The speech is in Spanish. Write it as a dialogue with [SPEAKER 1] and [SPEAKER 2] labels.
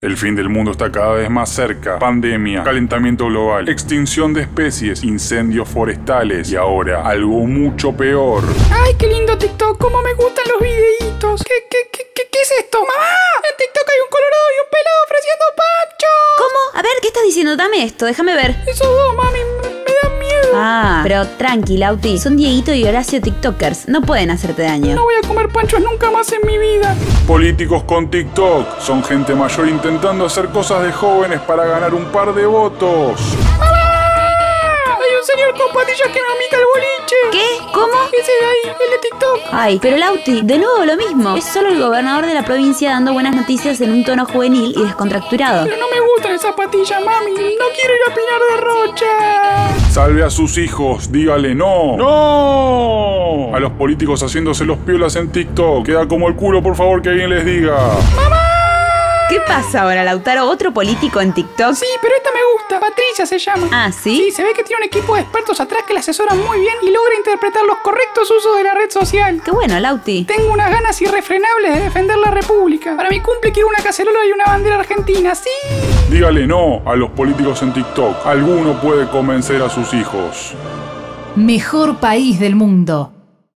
[SPEAKER 1] El fin del mundo está cada vez más cerca. Pandemia, calentamiento global, extinción de especies, incendios forestales y ahora algo mucho peor.
[SPEAKER 2] ¡Ay, qué lindo TikTok! ¡Cómo me gustan los videitos! ¿Qué, qué, qué, qué, qué es esto? ¡Mamá! En TikTok hay un colorado y un pelado ofreciendo pancho.
[SPEAKER 3] ¿Cómo? A ver, ¿qué estás diciendo? Dame esto, déjame ver.
[SPEAKER 2] Esos dos, mami, me me dan miedo.
[SPEAKER 3] Ah, pero tranqui, Lauti. Son Dieguito y Horacio TikTokers. No pueden hacerte daño.
[SPEAKER 2] No voy a comer panchos nunca más en mi vida.
[SPEAKER 1] Políticos con TikTok son gente mayor intentando hacer cosas de jóvenes para ganar un par de votos.
[SPEAKER 2] ¡Mamá! Ah, Hay un señor con patillas que me amiga el boliche.
[SPEAKER 3] ¿Qué? ¿Cómo?
[SPEAKER 2] Ese de ahí, el de TikTok.
[SPEAKER 3] Ay, pero Lauti, de nuevo lo mismo. Es solo el gobernador de la provincia dando buenas noticias en un tono juvenil y descontracturado.
[SPEAKER 2] Pero no me gustan esas patillas, mami. No quiero ir a Pinar de Rocha.
[SPEAKER 1] Salve a sus hijos, dígale no. ¡No! A los políticos haciéndose los piolas en TikTok. Queda como el culo, por favor, que alguien les diga.
[SPEAKER 3] ¿Qué pasa ahora, Lautaro? ¿Otro político en TikTok?
[SPEAKER 2] Sí, pero esta me gusta. Patricia se llama.
[SPEAKER 3] Ah, ¿sí?
[SPEAKER 2] Sí, se ve que tiene un equipo de expertos atrás que la asesoran muy bien y logra interpretar los correctos usos de la red social.
[SPEAKER 3] Qué bueno, Lauti.
[SPEAKER 2] Tengo unas ganas irrefrenables de defender la República. Para mi cumple quiero una cacerola y una bandera argentina. ¡Sí!
[SPEAKER 1] Dígale no a los políticos en TikTok. Alguno puede convencer a sus hijos.
[SPEAKER 4] Mejor país del mundo.